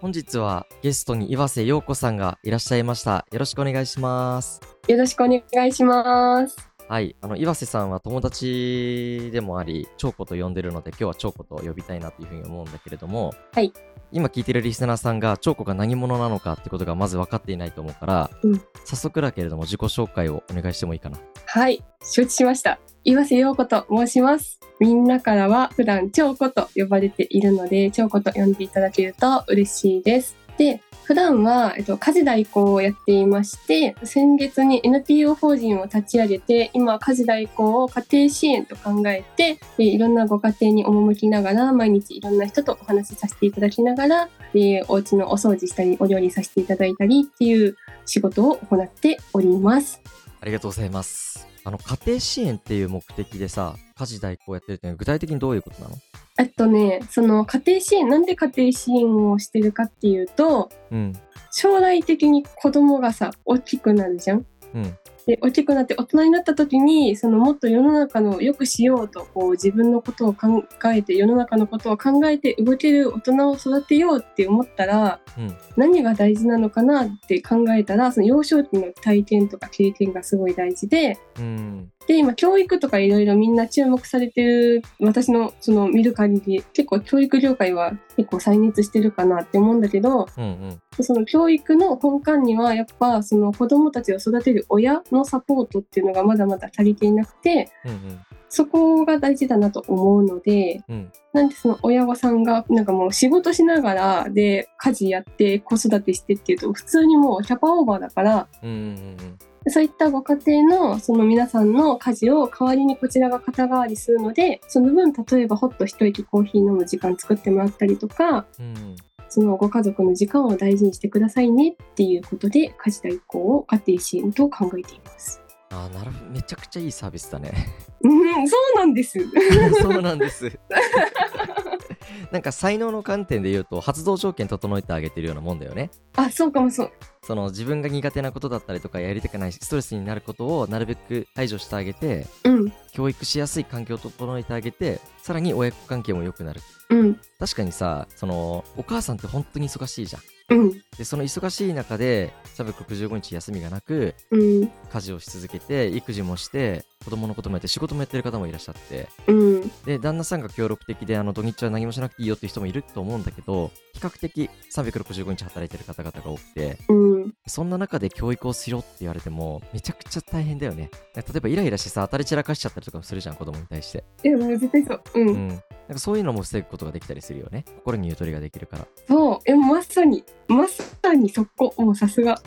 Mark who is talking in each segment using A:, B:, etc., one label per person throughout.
A: 本日はゲストに岩瀬陽子さんがいらっしゃいました。よろしくお願いします。
B: よろしくお願いします。
A: はい、あの岩瀬さんは友達でもあり、長子と呼んでるので、今日は長子と呼びたいなというふうに思うんだけれども、
B: はい、
A: 今聞いてるリスナーさんが長子が何者なのかってことがまず分かっていないと思うから、
B: うん
A: 早速だけれども自己紹介をお願いしてもいいかな。
B: はい、承知しました。岩瀬陽子と申します。みんなからは普段長子と呼ばれているので、長子と呼んでいただけると嬉しいです。で、普段は、えっと、家事代行をやっていまして、先月に NPO 法人を立ち上げて、今、家事代行を家庭支援と考えて、えいろんなご家庭に赴きながら、毎日いろんな人とお話しさせていただきながら、えお家のお掃除したり、お料理させていただいたりっていう仕事を行っております。
A: ありがとうございます。あの家庭支援っていう目的でさ、家事代行やってるっていうのは具体的にどういうことなの
B: えっとね、その家庭支援、なんで家庭支援をしてるかっていうと、
A: うん、
B: 将来的に子供がさ、大きくなるじゃん。
A: うん、
B: で、大きくなって大人になった時に、そのもっと世の中の良くしようと、こう自分のことを考えて、世の中のことを考えて動ける大人を育てようって思ったら、
A: うん
B: 何が大事なのかなって考えたら、その幼少期の体験とか経験がすごい大事で、
A: うん、
B: で今教育とかいろいろみんな注目されてる私のその見る限り結構教育業界は結構再熱してるかなって思うんだけど
A: うん、うん。
B: その教育の根幹にはやっぱその子どもたちを育てる親のサポートっていうのがまだまだ足りていなくて
A: うんうん
B: そこが大事だなと思うので
A: うん
B: なんでその親御さんがなんかもう仕事しながらで家事やって子育てしてっていうと普通にもうキャパオーバーだから
A: うんうんうん
B: そういったご家庭のその皆さんの家事を代わりにこちらが肩代わりするのでその分例えばホッと一息コーヒー飲む時間作ってもらったりとか
A: うん
B: そのご家族の時間を大事にしてくださいねっていうことで家事代行を家庭支援と考えています。
A: あーなるほどめちゃくちゃいいサービスだね
B: うん、そうなんです。
A: そうなんです なんか才能の観点で言うと発動条件整えてあげてるようなもんだよね
B: あ、そうかもそう。
A: その自分が苦手なことだったりとかやりたくないストレスになることをなるべく排除してあげて
B: うん、
A: 教育しやすい環境を整えてあげてさらに親子関係も良くなる
B: うん、
A: 確かにさそのお母さんって本当に忙しいじゃん
B: うん、
A: でその忙しい中で365日休みがなく
B: うん、
A: 家事をし続けて育児もして子供のこともやって仕事もやってる方もいらっしゃって
B: うん、
A: で旦那さんが協力的であの土日は何もしなくていいよっていう人もいると思うんだけど比較的365日働いてる方々が多くて
B: うん、
A: そんな中で教育をしろって言われてもめちゃくちゃ大変だよね例えばイライラしてさ当たり散らかしちゃったりとかもするじゃん子供に対して
B: いや、もう絶対そう。う、
A: うんんなんかそういうのも防ぐことができたりするよね心にゆとりができるから
B: そう、え、まさに、まさにそこ、もうさすが。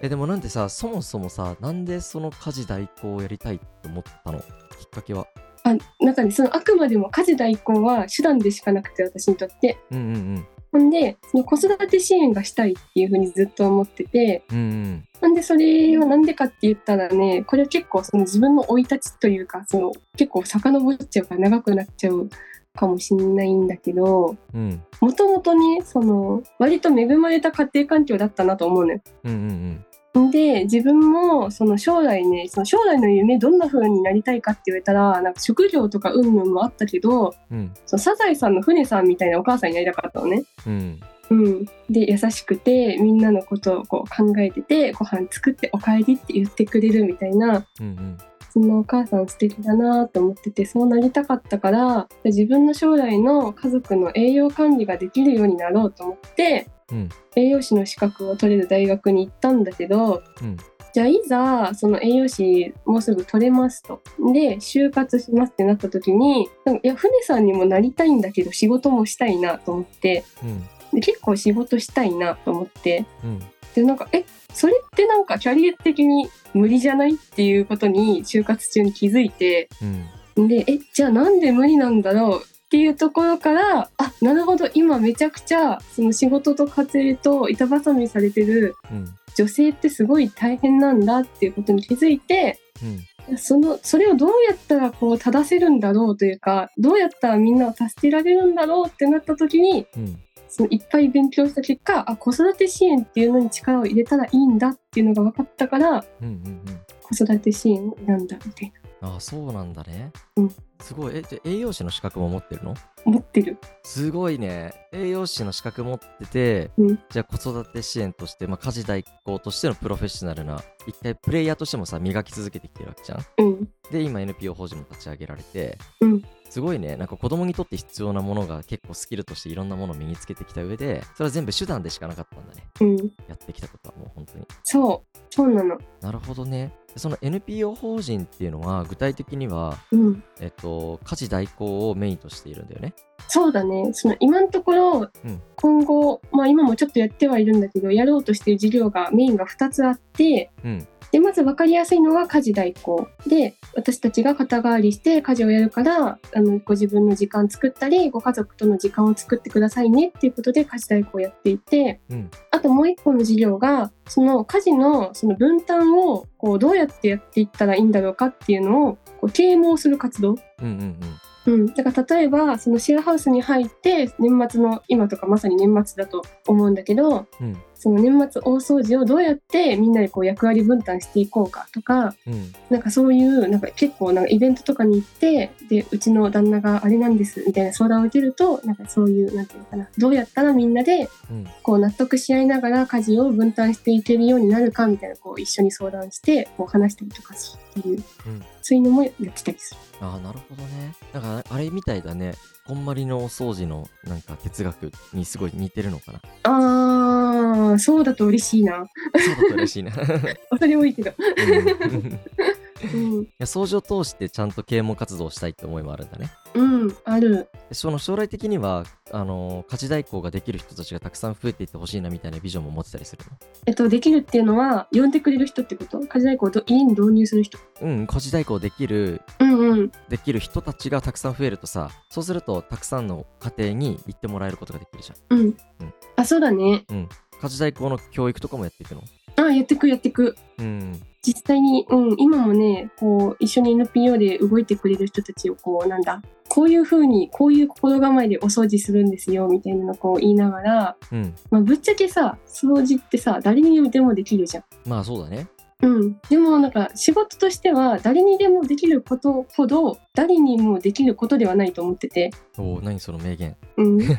A: えでもなんでさそもそもさなんでその家事代行をやりたいと思ったのきっかけは
B: あなんかねそのあくまでも家事代行は手段でしかなくて私にとって
A: うんうん
B: ほんでその子育て支援がしたいっていうふうにずっと思ってて
A: うんうんうん
B: ほんでそれはなんでかって言ったらねこれは結構その自分の生い立ちというかその結構遡っちゃうから長くなっちゃうかもしれないんだけど
A: うん
B: もともとねその割と恵まれた家庭環境だったなと思うのよ。
A: うんうん
B: で自分もその将来ねその将来の夢どんな風になりたいかって言われたらなんか職業とか運々もあったけど
A: うんうん
B: そのサザエさんの船さんみたいなお母さんになりたかったのね。
A: うん
B: うん、で優しくてみんなのことをこう考えててご飯作って「おかえり」って言ってくれるみたいな
A: うんうん
B: そんなお母さん素敵だなと思っててそうなりたかったから自分の将来の家族の栄養管理ができるようになろうと思って、
A: うん
B: 栄養士の資格を取れる大学に行ったんだけど
A: うん
B: じゃあいざその栄養士もうすぐ取れますとで就活しますってなった時にでもいや船さんにもなりたいんだけど仕事もしたいなと思って
A: うん
B: で結構仕事したいなと思って
A: うん
B: でなんかえそれってなんかキャリア的に無理じゃないっていうことに就活中に気づいて
A: うん
B: でえじゃあなんで無理なんだろうっていうところからあなるほど今めちゃくちゃその仕事と家庭と板挟みされてる
A: うん
B: 女性ってすごい大変なんだっていうことに気づいて
A: うん
B: そのそれをどうやったらこう正せるんだろうというかどうやったらみんなを助けられるんだろうってなった時に
A: うん
B: そのいっぱい勉強した結果あ子育て支援っていうのに力を入れたらいいんだっていうのが分かったから
A: うんうんうん
B: 子育て支援を選んだみたいな
A: ああそうなんだね、
B: うん
A: すごいえじゃあ栄養士の資格も持ってるの
B: 持ってる。
A: すごいね栄養士の資格持ってて、
B: うん
A: じゃあ子育て支援として、まあ、家事代行としてのプロフェッショナルな一回プレイヤーとしてもさ磨き続けてきてるわけじゃん
B: うん。
A: で今 NPO 法人も立ち上げられて、
B: うん
A: すごいねなんか子供にとって必要なものが結構スキルとしていろんなものを身につけてきた上でそれは全部手段でしかなかったんだね
B: うん。
A: やってきたことはもう本当に
B: そう。そうなの。
A: なるほどねでその NPO 法人っていうのは具体的には
B: うん。
A: えっと家事代行をメインとしているんだよね
B: そうだね。その今のところ、
A: うん
B: 今後、まあ今もちょっとやってはいるんだけど、やろうとしている事業がメインが2つあって、
A: うん
B: で、まず分かりやすいのが家事代行。で、私たちが肩代わりして家事をやるから、あの、ご自分の時間作ったり、ご家族との時間を作ってくださいねっていうことで家事代行をやっていて、
A: うん
B: あともう一個の事業がその家事のその分担をこうどうやってやっていったらいいんだろうかっていうのをこう啓蒙する活動。
A: うんうんうん
B: うん、だから例えばそのシェアハウスに入って年末の今とかまさに年末だと思うんだけど
A: うん
B: その年末大掃除をどうやってみんなでこう役割分担していこうかとか
A: うん
B: なんかそういうなんか結構なんかイベントとかに行ってでうちの旦那があれなんですみたいな相談を受けるとなんかそういうなんていうのかなどうやったらみんなで
A: うん
B: こう納得し合いながら家事を分担していけるようになるかみたいなこう一緒に相談してこう話したりとかするっていう、
A: うん
B: そういうのもやってたりす
A: ああなるほどねなんかあれみたいだねこんまりのお掃除のなんか哲学にすごい似てるのかな
B: るあーそうだと嬉しいな
A: そうだと嬉しいな、 う
B: それ多いけど、
A: ん
B: うん、
A: いや掃除を通してちゃんと啓蒙活動をしたいって思いもあるんだね。
B: うん、ある
A: でその将来的にはあのー家事代行ができる人たちがたくさん増えていってほしいなみたいなビジョンも持ってたりする
B: えっとできるっていうのは呼んでくれる人ってこと家事代行をど家に導入する人
A: の。うん家事代行できる
B: うんうん
A: できる人たちがたくさん増えるとさそうするとたくさんの家庭に行ってもらえることができるじゃん。
B: うん、あそうだね
A: 家事代行の教育とかもやっていくの
B: あやってくやってく
A: うん
B: 実際に、うん、今もねこう一緒に NPO で動いてくれる人たちをこうなんだこういうふうにこういう心構えでお掃除するんですよみたいなのをこう言いながら、
A: うん
B: まあ、ぶっちゃけさ掃除ってさ誰にでもできるじゃん。
A: まあそうだね。
B: うん、でもなんか仕事としては誰にでもできることほど誰にもできることではないと思ってて、
A: おお何その名 言。
B: うん、そう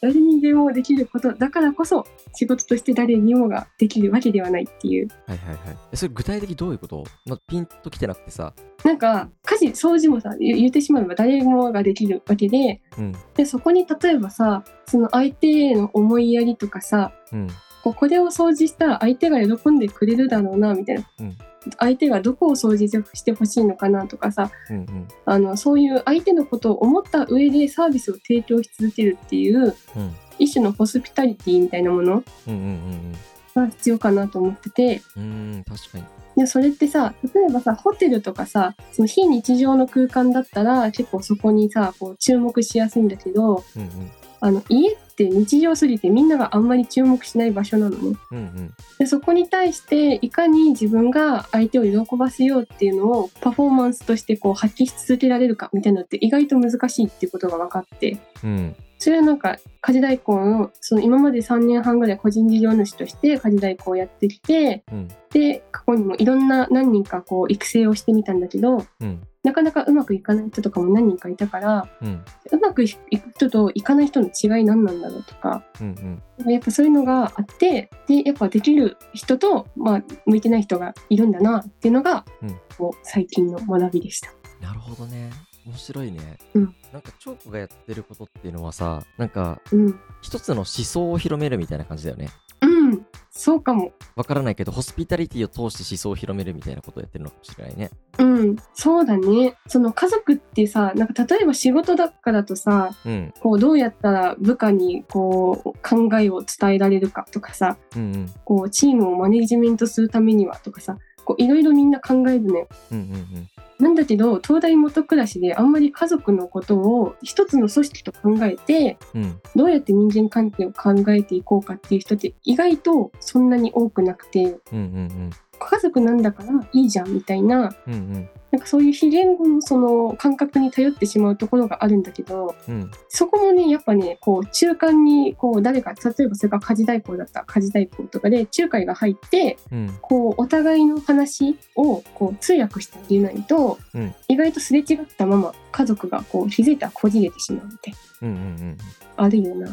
B: 誰にでもできることだからこそ仕事として誰にもができるわけではないっていう
A: はいはいはい。えそれ具体的どういうことまピンときてなくてさ。
B: なんか家事掃除もさ言言ってしまえば誰もができるわけで
A: うん
B: でそこに例えばさその相手への思いやりとかさ
A: うん
B: こうこれを掃除したら相手が喜んでくれるだろうなみたいな、
A: うん
B: 相手がどこを掃除してほしいのかなとかさ
A: うんうん
B: あのそういう相手のことを思った上でサービスを提供し続けるってい
A: う
B: う
A: ん
B: 一種のホスピタリティみたいなもの
A: うんうんうん
B: が必要かなと思ってて
A: うん。うーん確かに。
B: でそれってさ例えばさホテルとかさその非日常の空間だったら結構そこにさこう注目しやすいんだけど
A: うんうん
B: あの家って日常すぎてみんながあんまり注目しない場所なのね。
A: うんうん
B: でそこに対していかに自分が相手を喜ばせようっていうのをパフォーマンスとしてこう発揮し続けられるかみたいなのって意外と難しいっていうことが分かって
A: うん
B: それはなんか家事代行のその今まで3年半ぐらい個人事業主として家事代行をやってきて
A: うん
B: で過去にもいろんな何人かこう育成をしてみたんだけど
A: うん
B: なかなかうまくいかない人とかも何人かいたから
A: うん
B: うまくいく人といかない人の違い何なんだろうとか
A: うんうん
B: やっぱそういうのがあってでやっぱできる人と、まあ、向いてない人がいるんだなっていうのが、
A: うん
B: こう最近の学びでした。
A: なるほどね面白いね、
B: うん
A: なんかチョークがやってることっていうのはさなんか
B: うん、
A: 一つの思想を広めるみたいな感じだよね
B: うん、そうかも、
A: わからないけどホスピタリティを通して思想を広めるみたいなことをやってるのかもしれないね
B: うん、そうだねその家族ってさなんか例えば仕事だからとさ
A: うん
B: こうどうやったら部下にこう考えを伝えられるかとかさ
A: うんうん
B: こうチームをマネジメントするためにはとかさこういろいろみんな考えるね
A: うんうん
B: なんだけど東大元暮らしであんまり家族のことを一つの組織と考えて
A: うんうん
B: どうやって人間関係を考えていこうかっていう人って意外とそんなに多くなくて
A: うんうんうん
B: 家族なんだからいいじゃんみたいな
A: うんうん
B: なんかそういう非言語のその感覚に頼ってしまうところがあるんだけど
A: うん
B: そこもねやっぱねこう中間にこう誰か例えばそれが家事代行だったら家事代行とかで仲介が入って
A: うん
B: こうお互いの話をこう通訳してあげないと、
A: うん
B: 意外とすれ違ったまま家族がこう気づいたらこじれてしまうみたいな
A: うんうんうん
B: あるよな。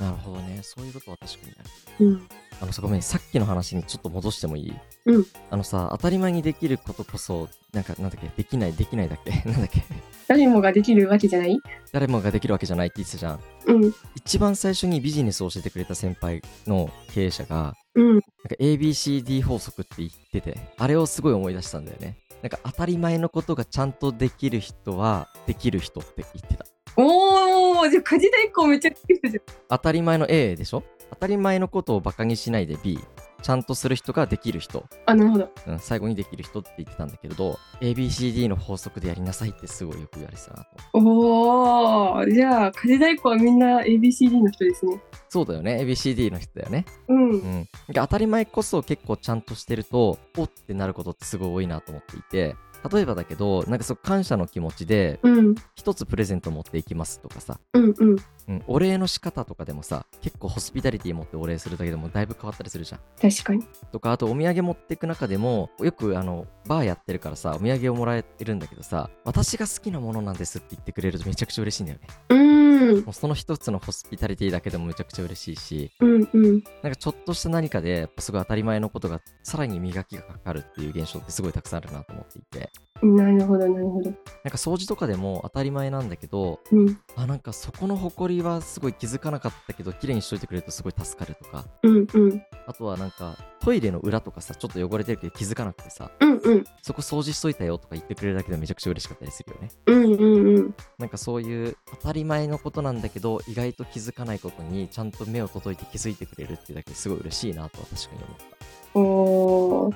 A: なるほどねそういうことは確かにある
B: うん、
A: あのさごめんさっきの話にちょっと戻してもいい
B: うん
A: あのさ当たり前にできることこそなんかなんだっけできないできないだっけ なんだっけ
B: 誰もができるわけじゃない、
A: 誰もができるわけじゃないって言ってたじゃん
B: うん
A: 一番最初にビジネスを教えてくれた先輩の経営者が
B: うん、
A: なんか ABCD 法則って言っててあれをすごい思い出したんだよねなんか当たり前のことがちゃんとできる人はできる人って言ってた
B: おーじゃあ家事代行めっちゃできるじ
A: 当たり前の A でしょ当たり前のことをバカにしないで B ちゃんとする人ができる人、
B: ゃんあなるほど
A: うん、最後にできる人って言ってたんだけれど ABCD の法則でやりなさいってすごいよく言われてたなと
B: おーじゃあ家事代行はみんな ABCD の人ですね
A: そうだよね ABCD の人だよね
B: うん、
A: うんなんか当たり前こそ結構ちゃんとしてるとおってなることってすごい多いなと思っていて例えばだけどなんかそう感謝の気持ちで
B: うん
A: 一つプレゼント持っていきますとかさ、
B: うんうん
A: うん、お礼の仕方とかでもさ結構ホスピタリティ持ってお礼するだけでもだいぶ変わったりするじゃん
B: 確かに
A: とかあとお土産持っていく中でもよくあのバーやってるからさお土産をもらえてるんだけどさ私が好きなものなんですって言ってくれるとめちゃくちゃ嬉しいんだよね
B: うん
A: もうその一つのホスピタリティだけでもめちゃくちゃ嬉しいし
B: うんうん
A: なんかちょっとした何かでやっぱすごい当たり前のことがさらに磨きがかかるっていう現象ってすごいたくさんあるなと思っていて
B: なるほどなるほ
A: な
B: ど
A: んか掃除とかでも当たり前なんだけど
B: うん
A: あなんかそこの埃はすごい気づかなかったけど綺麗にしといてくれるとすごい助かるとか
B: うんうん
A: あとはなんかトイレの裏とかさちょっと汚れてるけど気づかなくてさ
B: うんうん
A: そこ掃除しといたよとか言ってくれるだけでめちゃくちゃ嬉しかったりするよね
B: うんうんうん
A: なんかそういう当たり前のことなんだけど意外と気づかないことにちゃんと目を届いて気づいてくれるっていうだけですごい嬉しいなとは確かに思った
B: おー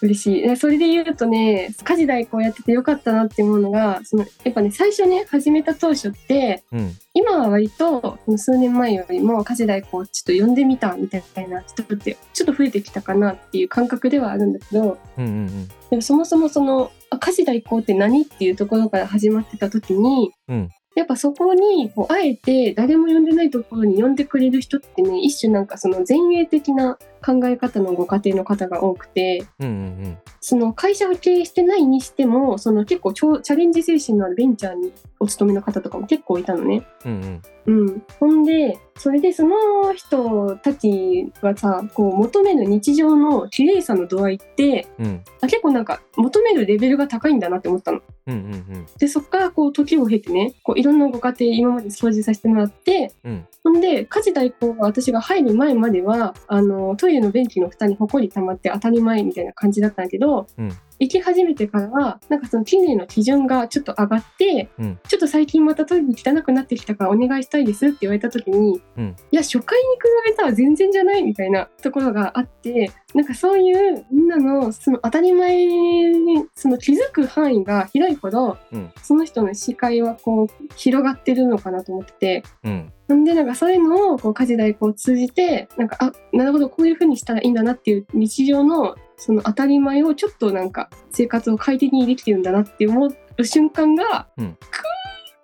B: 嬉しいねそれで言うとね家事代行やっててよかったなって思うのがそのやっぱね最初ね始めた当初って
A: うん
B: 今は割とその数年前よりも家事代行をちょっと呼んでみたみたいな人ってちょっと増えてきたかなっていう感覚ではあるんだけど
A: うんうん
B: でもそもそもそのあ家事代行って何っていうところから始まってた時に
A: うん
B: やっぱそこにこうあえて誰も呼んでないところに呼んでくれる人ってね一種なんかその前衛的な考え方のご家庭の方が多くて
A: うんうんうんうん
B: その会社を経営してないにしてもその結構ちょチャレンジ精神のあるベンチャーにお勤めの方とかも結構いたのね。
A: うんうん
B: うん、ほんでそれでその人たちがさこう求める日常の綺麗さの度合いって
A: うん
B: あ結構なんか求めるレベルが高いんだなって思ったの。
A: うんうんうん
B: でそっからこう時を経てねこういろんなご家庭今まで掃除させてもらって
A: うん
B: ほんで家事代行が私が入る前まではあのトイレの便器の蓋にほこり溜まって当たり前みたいな感じだったんだけど、
A: うん
B: 行き始めてからはなんかその綺麗の基準がちょっと上がって、
A: うん
B: ちょっと最近またトイレ汚くなってきたからお願いしたいですって言われた時に、
A: うん
B: いや初回に比べたら全然じゃないみたいなところがあってなんかそういうみんなのその当たり前にその気づく範囲が広いほど、
A: うん
B: その人の視界はこう広がってるのかなと思ってて。
A: うん
B: なんでなんかそういうのをこう家事代行を通じてなんかあなるほどこういうふうにしたらいいんだなっていう日常のその当たり前をちょっとなんか生活を快適にできてるんだなって思う瞬間が、
A: うん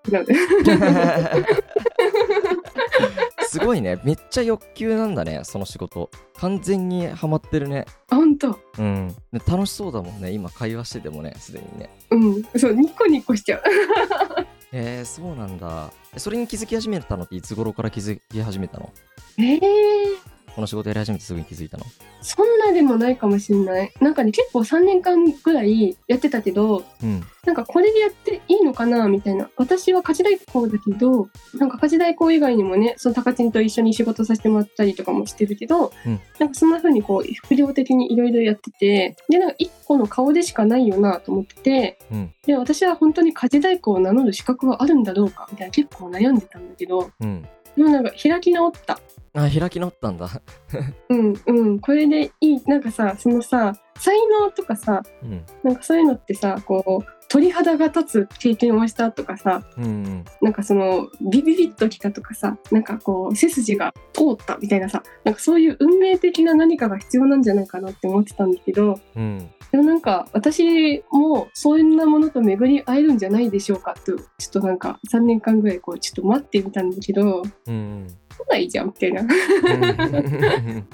B: クーってなる
A: すごいねめっちゃ欲求なんだねその仕事完全にハマってるね
B: あ本当
A: うんで楽しそうだもんね今会話しててもねすでにね
B: うんそうニコニコしちゃう
A: えー、そうなんだえそれに気づき始めたのっていつ頃から気づき始めたの
B: えー、
A: この仕事やり始めてすぐに気づいたの
B: そんなでもないかもしれないなんかね結構3年間ぐらいやってたけど
A: うん
B: なんかこれでやっていいのかなみたいな私は家事代行だけどなんか家事代行以外にもねそのタカチンと一緒に仕事させてもらったりとかもしてるけど、
A: うん
B: なんかそんな風にこう副業的にいろいろやっててでなんか一個の顔でしかないよなと思ってて
A: うん
B: で私は本当に家事代行を名乗る資格はあるんだろうかみたいな結構悩んでたんだけど
A: うん
B: でもなんか開き直った
A: あ開き直ったんだ
B: うんうんこれでいいなんかさそのさ才能とかさ
A: うん
B: なんかそういうのってさこう鳥肌が立つ経験をしたとかさ
A: うん
B: なんかそのビビビッときたとかさなんかこう背筋が通ったみたいなさなんかそういう運命的な何かが必要なんじゃないかなって思ってたんだけど
A: うん
B: でもなんか私もそんなものと巡り会えるんじゃないでしょうかとちょっとなんか3年間ぐらいこうちょっと待ってみたんだけど来
A: うん うん
B: ないじゃんみたいな。
A: うん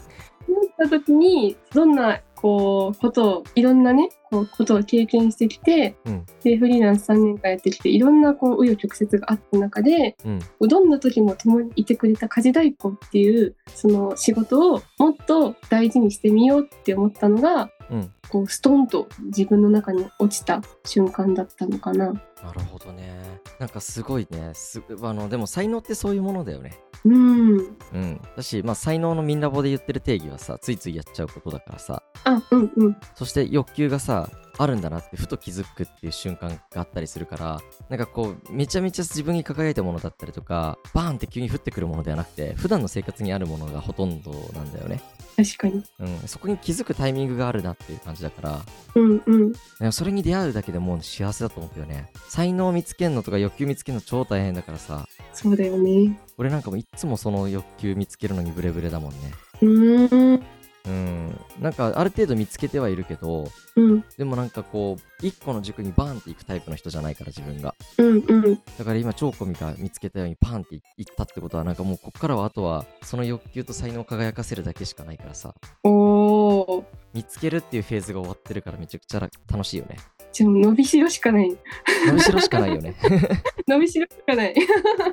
B: 思った時にどんなこうことをいろんなねこうことを経験してきて、
A: うん
B: でフリーランス3年間やってきていろんなこう紆余曲折があった中で
A: うん
B: こうどんな時も共にいてくれた家事代行っていうその仕事をもっと大事にしてみようって思ったのが
A: うん
B: こうストンと自分の中に落ちた瞬間だったのかな。
A: なるほどねなんかすごいねすあのでも才能ってそういうものだよね
B: うん
A: うんだしまあ才能のみんなぼで言ってる定義はさついついやっちゃうことだからさ
B: あうんうん
A: そして欲求がさあるんだなってふと気づくっていう瞬間があったりするからなんかこうめちゃめちゃ自分に輝いたものだったりとかバーンって急に降ってくるものではなくて普段の生活にあるものがほとんどなんだよね、
B: 確かに。
A: うん、そこに気づくタイミングがあるなっていう感じだから
B: うんうん
A: でもそれに出会うだけでもう幸せだと思うけどね才能を見つけるのとか欲求見つけるの超大変だからさ
B: そうだよね。
A: 俺なんかもいっつもその欲求見つけるのにブレブレだもんね
B: うーん
A: うんなんかある程度見つけてはいるけど
B: うん
A: でもなんかこう一個の塾にバーンって行くタイプの人じゃないから自分が
B: うんうん
A: だから今チョーコミが見つけたようにパンって行ったってことはなんかもうこっからはあとはその欲求と才能を輝かせるだけしかないからさ
B: おー
A: 見つけるっていうフェーズが終わってるからめちゃくちゃ楽楽しいよね
B: じゃあ伸びしろしかない。
A: 伸びしろしかないよね
B: 伸びしろしかない。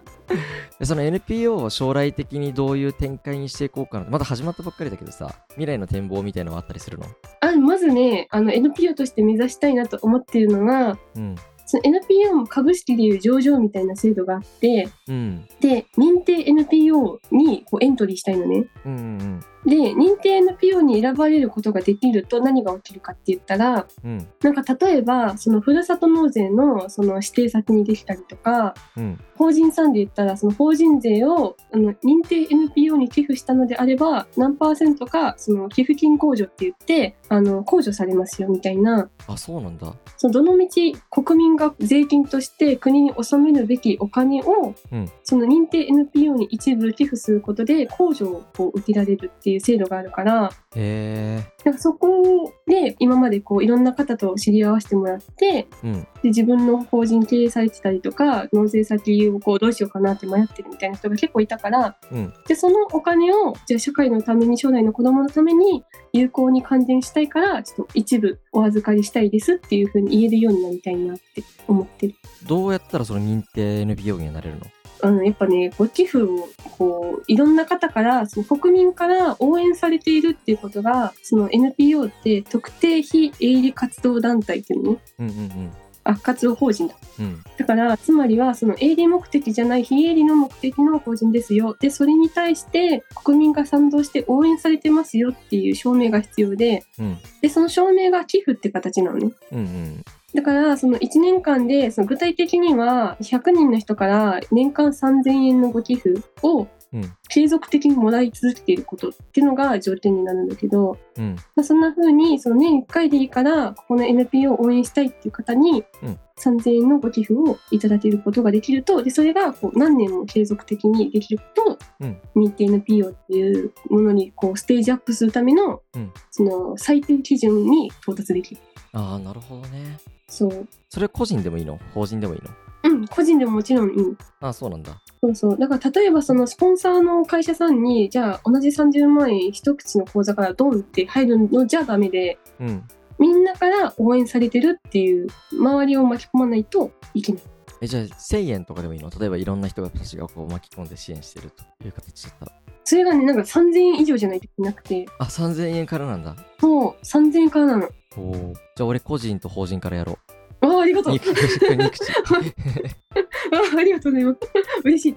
A: でその NPO を将来的にどういう展開にしていこうかなまだ始まったばっかりだけどさ未来の展望みたいのはあったりするの
B: あまずねあの NPO として目指したいなと思っているのが
A: うん
B: その NPO も株式でいう上場みたいな制度があって
A: うん
B: で認定 NPO にこうエントリーしたいのね。
A: うんうん
B: で認定 NPO に選ばれることができると何が起きるかって言ったら
A: うん
B: なんか例えばそのふるさと納税のその指定先にできたりとか
A: うん
B: 法人さんで言ったらその法人税をあの認定 NPO に寄付したのであれば何パーセントかその寄付金控除って言ってあの控除されますよみたいな
A: あそうなんだ
B: そのどの道国民が税金として国に納めるべきお金を、
A: うん
B: その認定 NPO に一部寄付することで控除をこう受けられるっていう制度があるから
A: へ
B: なんかそこで今までこういろんな方と知り合わせてもらって
A: えうん
B: で自分の法人経営されてたりとか納税先をこうどうしようかなって迷ってるみたいな人が結構いたから、
A: うん
B: でそのお金をじゃあ社会のために将来の子供のために有効に還元したいからちょっと一部お預かりしたいですっていうふうに言えるようになりたいなって思ってる。
A: どうやったらその認定 NPO にはなれるの
B: あのやっぱねご寄付をこういろんな方からその国民から応援されているっていうことがその NPO って特定非営利活動団体っていうのね
A: うんうん
B: あ活動法人だ
A: うんうん
B: だからつまりはその営利目的じゃない非営利の目的の法人ですよでそれに対して国民が賛同して応援されてますよっていう証明が必要で
A: うん
B: でその証明が寄付って形なのね
A: うんうん
B: だからその1年間でその具体的には100人の人から年間3000円のご寄付を
A: うん
B: 継続的にもらい続けていることっていうのが条件になるんだけど、
A: うん
B: まあ、そんな風にその年1回でいいからここの NPO を応援したいっていう方に、
A: うん
B: 3000円のご寄付をいただけることができるとでそれがこう何年も継続的にできると、
A: うん
B: 認定 NPO っていうものにこうステージアップするための,、
A: うん
B: その最低基準に到達できる。
A: ああなるほどね
B: そう
A: それ個人でもいいの法人でもいいの
B: うん、個人でももちろんいい
A: ああそうなんだ
B: そうそうだから例えばそのスポンサーの会社さんにじゃあ同じ30万円一口の口座からドンって入るのじゃダメで
A: うん
B: みんなから応援されてるっていう周りを巻き込まないといけない。
A: えじゃあ1000円とかでもいいの例えばいろんな人が私がこう巻き込んで支援してるという形だったら
B: それがねなんか3000円以上じゃないといけなくて
A: あ3000円からなんだ
B: もう3000円からなの。
A: おおじゃあ俺個人と法人からやろ
B: わあありが
A: う
B: とうわ
A: 肉口肉口
B: あありがとうございます 嬉し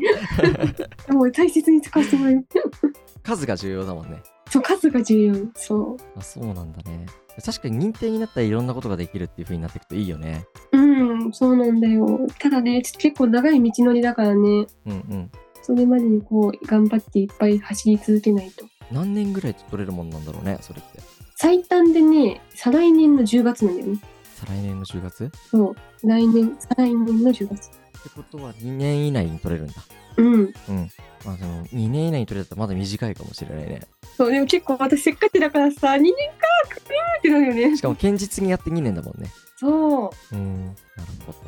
B: い もう大切に使わせてもらいます
A: 数が重要だもんね
B: そう数が重要そ
A: あそうなんだね確かに認定になったらいろんなことができるっていう風になっていくといいよね
B: ううんそうなんだよただねちょっと結構長い道のりだからね
A: うんうん
B: それまでにこう頑張っていっぱい走り続けないと
A: 何年ぐらいで取れるもんなんだろうねそれって
B: 最短でね再来年の10月なんだよね
A: 再来年の10月っ
B: そう。来年、再来年の10月。
A: てことは2年以内に取れるんだ。
B: うん。
A: うん。まあでも2年以内に取れたらまだ短いかもしれないね。
B: そう、でも結構私せっかちだからさ、2年かくるーってなるよね。
A: しかも堅実にやって2年だもんね。
B: そう。
A: うん。なるほど。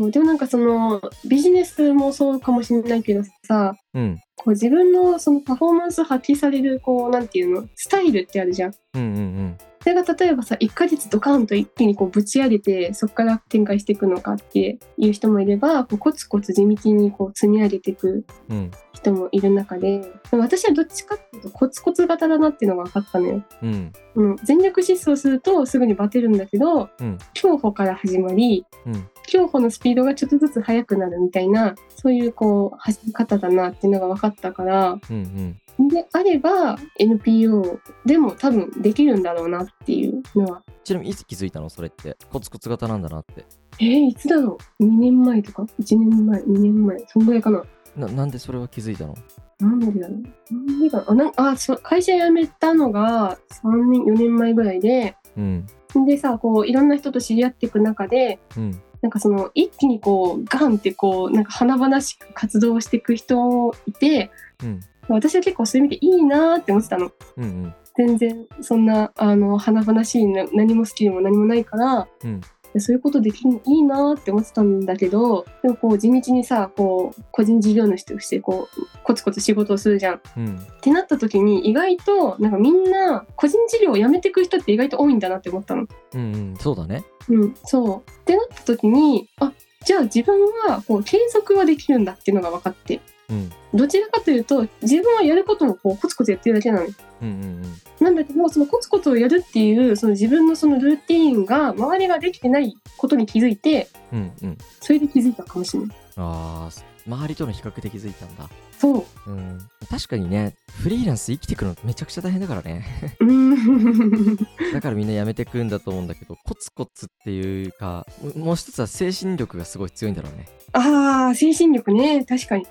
B: そう。でもなんかその、ビジネスもそうかもしれないけどさ、
A: うん。
B: こう自分のそのパフォーマンス発揮される、こう、なんていうの、スタイルってあるじゃん。
A: うんうんうん。
B: それが例えばさ、1ヶ月ドカンと一気にこうぶち上げて、そこから展開していくのかっていう人もいれば、こうコツコツ地道にこう積み上げていく
A: うん。
B: 人もいる中で、でも私はどっちかっていうとコツコツ型だなっていうのが分かったのよ。
A: うん。
B: うん、全力疾走するとすぐにバテるんだけど、
A: うん
B: 競歩から始まり、
A: うん
B: 競歩のスピードがちょっとずつ速くなるみたいなそういうこう走り方だなっていうのが分かったから
A: うんうん。
B: であれば NPO でも多分できるんだろうなっていうのは
A: ちなみにいつ気づいたのそれって。コツコツ型なんだなって。
B: えー、いつだろう2年前とか1年前2年前そんぐらいかな
A: ななんでそれは気づいたの
B: なんでだろうなんでかなあなんあそう会社辞めたのが3年4年前ぐらいで
A: うん。
B: でさこういろんな人と知り合っていく中で
A: うん。
B: なんかその一気にこうガンってこうなんか華々しく活動していく人いて
A: うん。
B: 私は結構そういう意味でいいなーって思ってたの
A: うんうん。
B: 全然そんなあの華々しいな何も好きでも何もないから、
A: うん
B: でそういうことできるのいいなーって思ってたんだけどでもこう地道にさこう個人事業主としてこうコツコツ仕事をするじゃん。っ
A: うん。
B: てなった時に意外となんかみんな個人事業を辞めてく人って意外と多いんだなって思ったの。
A: うんうん。そうだね。
B: うん、そう。ってなった時に、あ、じゃあ自分はこう継続はできるんだっていうのが分かって、
A: うん。
B: どちらかというと、自分はやることをこうコツコツやってるだけなのよ。
A: うんうんうん。
B: なんだけど、そのコツコツをやるっていう、その自分のそのルーティーンが、周りができてないことに気づいて、
A: うんうん。
B: それで気づいたかもしれない。
A: ああ、周りとの比較で気づいたんだ。
B: そう。
A: うん。確かにね、フリーランス生きてくのめちゃくちゃ大変だからね。
B: うーん。
A: だからみんなやめてくんだと思うんだけど、コツコツっていうか、ももう一つは精神力がすごい強いんだろう ね。
B: ああ、精神力ね。確かに。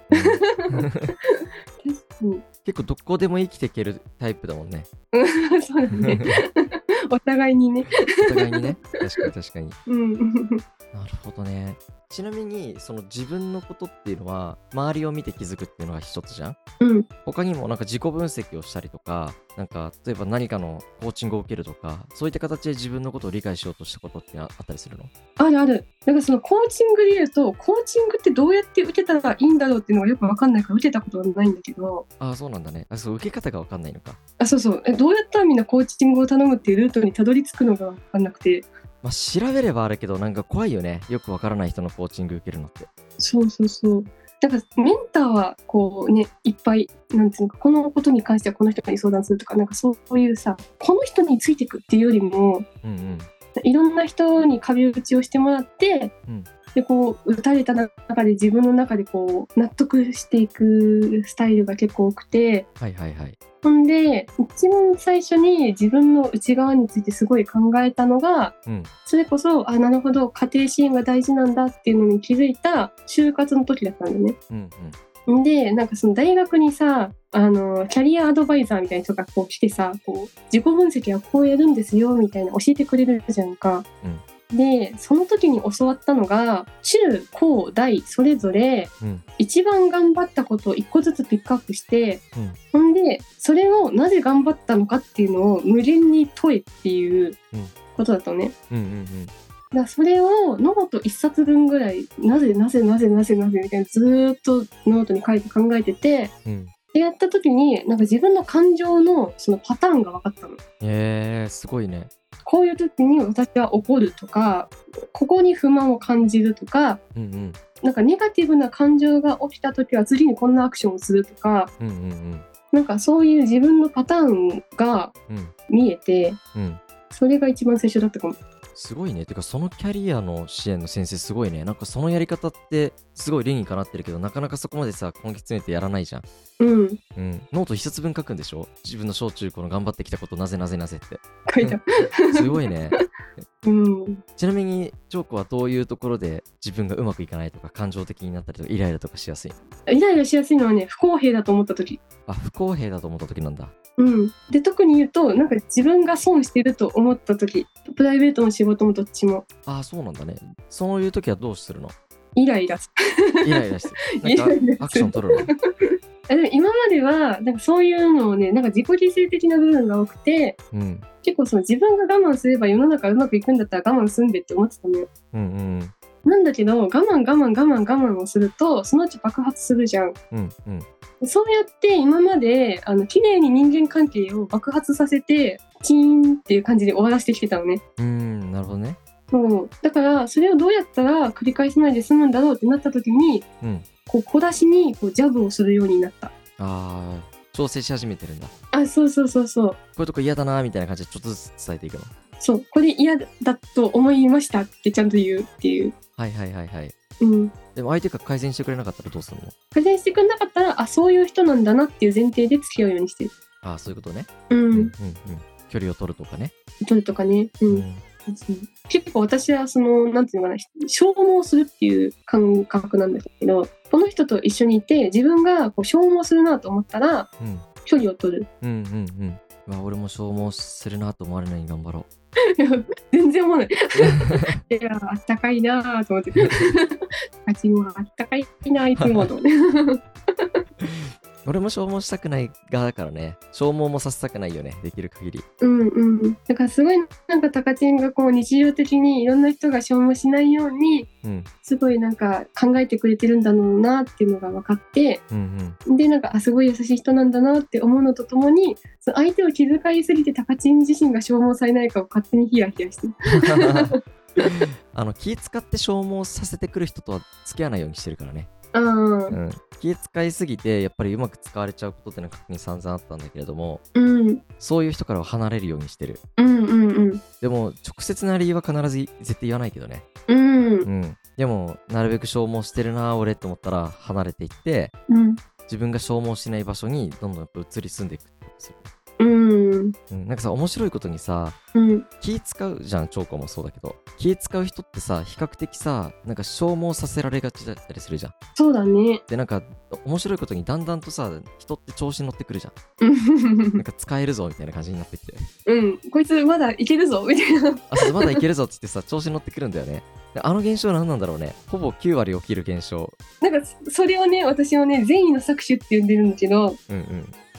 B: 確かに。
A: 結構どこでも生きていけるタイプだもん ね。
B: そうだ
A: お
B: ね。お互いにね。
A: 互いにね。確かに確かに。
B: うん。
A: なるほどね。ちなみに、その自分のことっていうのは、周りを見て気づくっていうのが一つじゃん
B: うん。
A: 他にもなんか自己分析をしたりとか、なんか例えば何かのコーチングを受けるとか、そういった形で自分のことを理解しようとしたことってあったりするの
B: あるある。なんかそのコーチングで言うと、コーチングってどうやって受けたらいいんだろうっていうのがよくわかんないから受けたことがないんだけど、
A: ああ、そうなんだね。あそう、受け方がわかんないのか。
B: あ、そうそう。えどうやったらみんなコーチングを頼むっていうルートにたどり着くのがわかんなくて。
A: まあ、調べればあるけど、なんか怖いよね。よくわからない人のコーチング受けるのって。
B: そうそうそう。だからメンターはこうね、いっぱい、なんていうのか、このことに関してはこの人に相談するとか、なんかそういうさ、この人についていくっていうよりも、
A: うんうん。
B: いろんな人に壁打ちをしてもらって、
A: うん
B: でこう打たれた中で自分の中でこう納得していくスタイルが結構多くて
A: はいはいはい。
B: ほんで一番最初に自分の内側についてすごい考えたのが
A: うん。
B: それこそあなるほど家庭支援が大事なんだっていうのに気づいた就活の時だったんだよね。
A: うんうん。
B: でなんかその大学にさあのキャリアアドバイザーみたいな人がこう来てさこう自己分析はこうやるんですよみたいな教えてくれるじゃんか。でその時に教わったのが中高大それぞれ
A: うん
B: 一番頑張ったことを一個ずつピックアップして、
A: うん
B: ほんでそれをなぜ頑張ったのかっていうのを無限に問えっていう
A: うん
B: ことだったのね。
A: うんうん
B: だからそれをノート1冊分ぐらいなぜなぜなぜなぜなぜみたいなずーっとノートに書いて考えてて
A: うん。うん。
B: でやった時になんか自分の感情のそのパターンが分かったの。
A: えー、すごいね。
B: こういう時に私は怒るとかここに不満を感じるとか
A: うんうん。
B: なんかネガティブな感情が起きた時は次にこんなアクションをするとか
A: うんうんうん。
B: なんかそういう自分のパターンが
A: うん
B: 見えて
A: うん。
B: それが一番最初だったかも。
A: すごいね。てか、そのキャリアの支援の先生、すごいね。なんか、そのやり方って、すごい理にかなってるけど、なかなかそこまでさ、根気詰めてやらないじゃん。
B: うん、
A: うん。ノート一冊分書くんでしょ自分の小中高の頑張ってきたこと、なぜなぜなぜって。
B: 書いた。
A: すごいね。
B: うん。
A: ちなみに、チョークはどういうところで自分がうまくいかないとか、感情的になったりとか、イライラとかしやすい
B: イライラしやすいのはね、不公平だと思った時。
A: あ、不公平だと思った時なんだ。
B: うん。で、特に言うと、なんか自分が損してると思った時、プライベートも仕事もどっちも
A: ああ、そうなんだね。そういう時はどうするの
B: イライラす
A: イライラ して
B: イ
A: る。
B: ラ
A: なん
B: イラする
A: かアクション取るの
B: あでも今まではなんかそういうのをねなんか自己犠牲的な部分が多くて
A: うん。
B: 結構その自分が我慢すれば世の中うまくいくんだったら我慢すんでって思ってたのよ
A: うんうん
B: なんだけど我慢我慢我慢我慢をするとそのうち爆発するじゃん
A: うん。うんうん。
B: そうやって今まであの綺麗に人間関係を爆発させてチーンっていう感じで終わらせてきてたのね
A: うーん、なるほどね。
B: そうだからそれをどうやったら繰り返さないで済むんだろうってなった時に
A: うん。
B: こう小出しにこうジャブをするようになった
A: ああ、調整し始めてるんだ。こ
B: あそうそうそうそう
A: ういうとこ嫌だなーみたいな感じでちょっとずつ伝えていくの。
B: そう、これ嫌だと思いましたってちゃんと言うっていう。
A: はいはいはいはい。
B: うん。
A: でも相手が改善してくれなかったらどうするの
B: 改善してくれなかったら、あ、そういう人なんだなっていう前提で付き合うようにしてる。
A: ああ、そういうことね。
B: う。
A: うんうんうん。距離を取るとかね。
B: 取るとかね。う。
A: うん
B: そう結構私はその、なんていうのかな、消耗するっていう感覚なんだけど、この人と一緒にいて、自分がこう消耗するなと思ったら、
A: うん。
B: 距離を取る。
A: うんうんうん。うわ、俺も消耗するなと思われないように頑張ろ
B: 全然思わない。 いや、あったかいなぁと思って。 あっちもあったかいないつもと思って。
A: う。俺も消耗したくない側だからね。消耗もさせたくないよね。できる限り。
B: うんうん、だからすごいなんかタカチンがこう日常的にいろんな人が消耗しないように
A: うん。
B: すごいなんか考えてくれてるんだろうなっていうのが分かって
A: うんうん。
B: でなんかあすごい優しい人なんだなって思うのとともにその相手を気遣いすぎてタカチン自身が消耗されないかを勝手にヒヤヒヤしてる
A: あの気使って消耗させてくる人とは付き合わないようにしてるからね、
B: あ
A: う
B: ー
A: ん、気使いすぎてやっぱりうまく使われちゃうことってのは過去に散々あったんだけれども
B: うん
A: そういう人からは離れるようにしてる
B: うんうんうん
A: でも直接な理由は必ず絶対言わないけどね
B: うん
A: うんでもなるべく消耗してるな俺って思ったら離れていって
B: うん
A: 自分が消耗しない場所にどんどんやっぱ移り住んでいくってことす
B: うん
A: る、うん、なんかさ面白いことにさ
B: うん
A: 気使うじゃんチョーカーもそうだけど気使う人ってさ比較的さなんか消耗させられがちだったりするじゃん
B: そうだね
A: でなんか面白いことにだんだんとさ人って調子に乗ってくるじゃん
B: う
A: なん
B: ん
A: か使えるぞみたいな感じになってきて
B: うんこいつまだいけるぞみたいな
A: あそうまだいけるぞっつってさ調子に乗ってくるんだよねであの現象何なんだろうねほぼ9割起きる現象
B: なんかそれをね私はね善意の搾取って呼んでるんだけど
A: うんう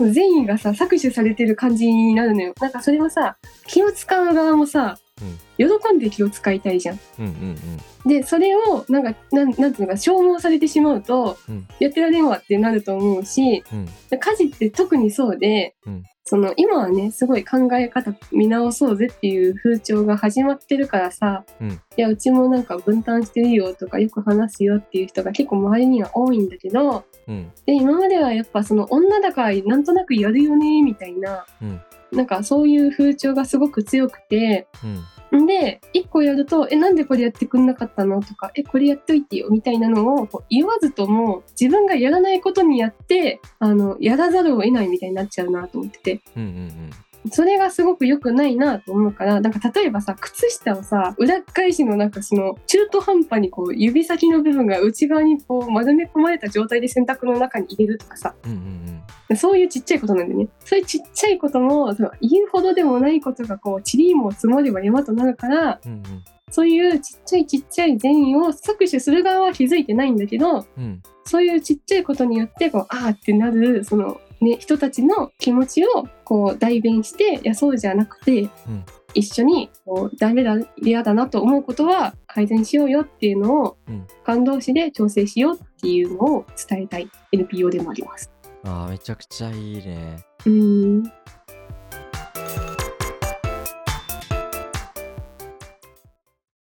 A: ん
B: 善意がさ搾取されてる感じになるのよなんかそれはさ気を使う側もさ、喜んで気を使いたいじゃん
A: うんうん
B: でそれをなんかなんなんていうのか消耗されてしまうと、
A: うん
B: やってられんわってなると思うし
A: うんうん
B: 家事って特にそうで、
A: うん
B: その今はねすごい考え方見直そうぜっていう風潮が始まってるからさ、
A: うん
B: いやうちもなんか分担してるよとかよく話すよっていう人が結構周りには多いんだけど、
A: うん
B: で今まではやっぱその女だからなんとなくやるよねみたいな、
A: うん
B: なんかそういう風潮がすごく強くて
A: うん
B: んで一個やると「えなんでこれやってくんなかったの?」とか「えこれやっといてよ」みたいなのをこう言わずとも自分がやらないことにやってあのやらざるを得ないみたいになっちゃうなと思ってて
A: うんうん
B: それがすごく良くないなと思うからなんか例えばさ靴下をさ裏返しのなんかその中途半端にこう指先の部分が内側にこう丸め込まれた状態で洗濯の中に入れるとかさ
A: うんうんうん
B: そういうちっちゃいことなんでね。そういうちっちゃいことも、その言うほどでもないことが、こう、ちりも積もれば山となるから、
A: うんうん
B: そういうちっちゃいちっちゃい善意を搾取する側は気づいてないんだけど、
A: うん
B: そういうちっちゃいことによって、こう、あーってなる、その、ね、人たちの気持ちを、こう、代弁して、いや、そうじゃなくて、
A: ん
B: 一緒に、こう、ダメだ、嫌だなと思うことは改善しようよっていうのを
A: うん、
B: 感動詞で調整しようっていうのを伝えたい NPO でもあります。
A: あーめちゃくちゃいいね
B: うーん。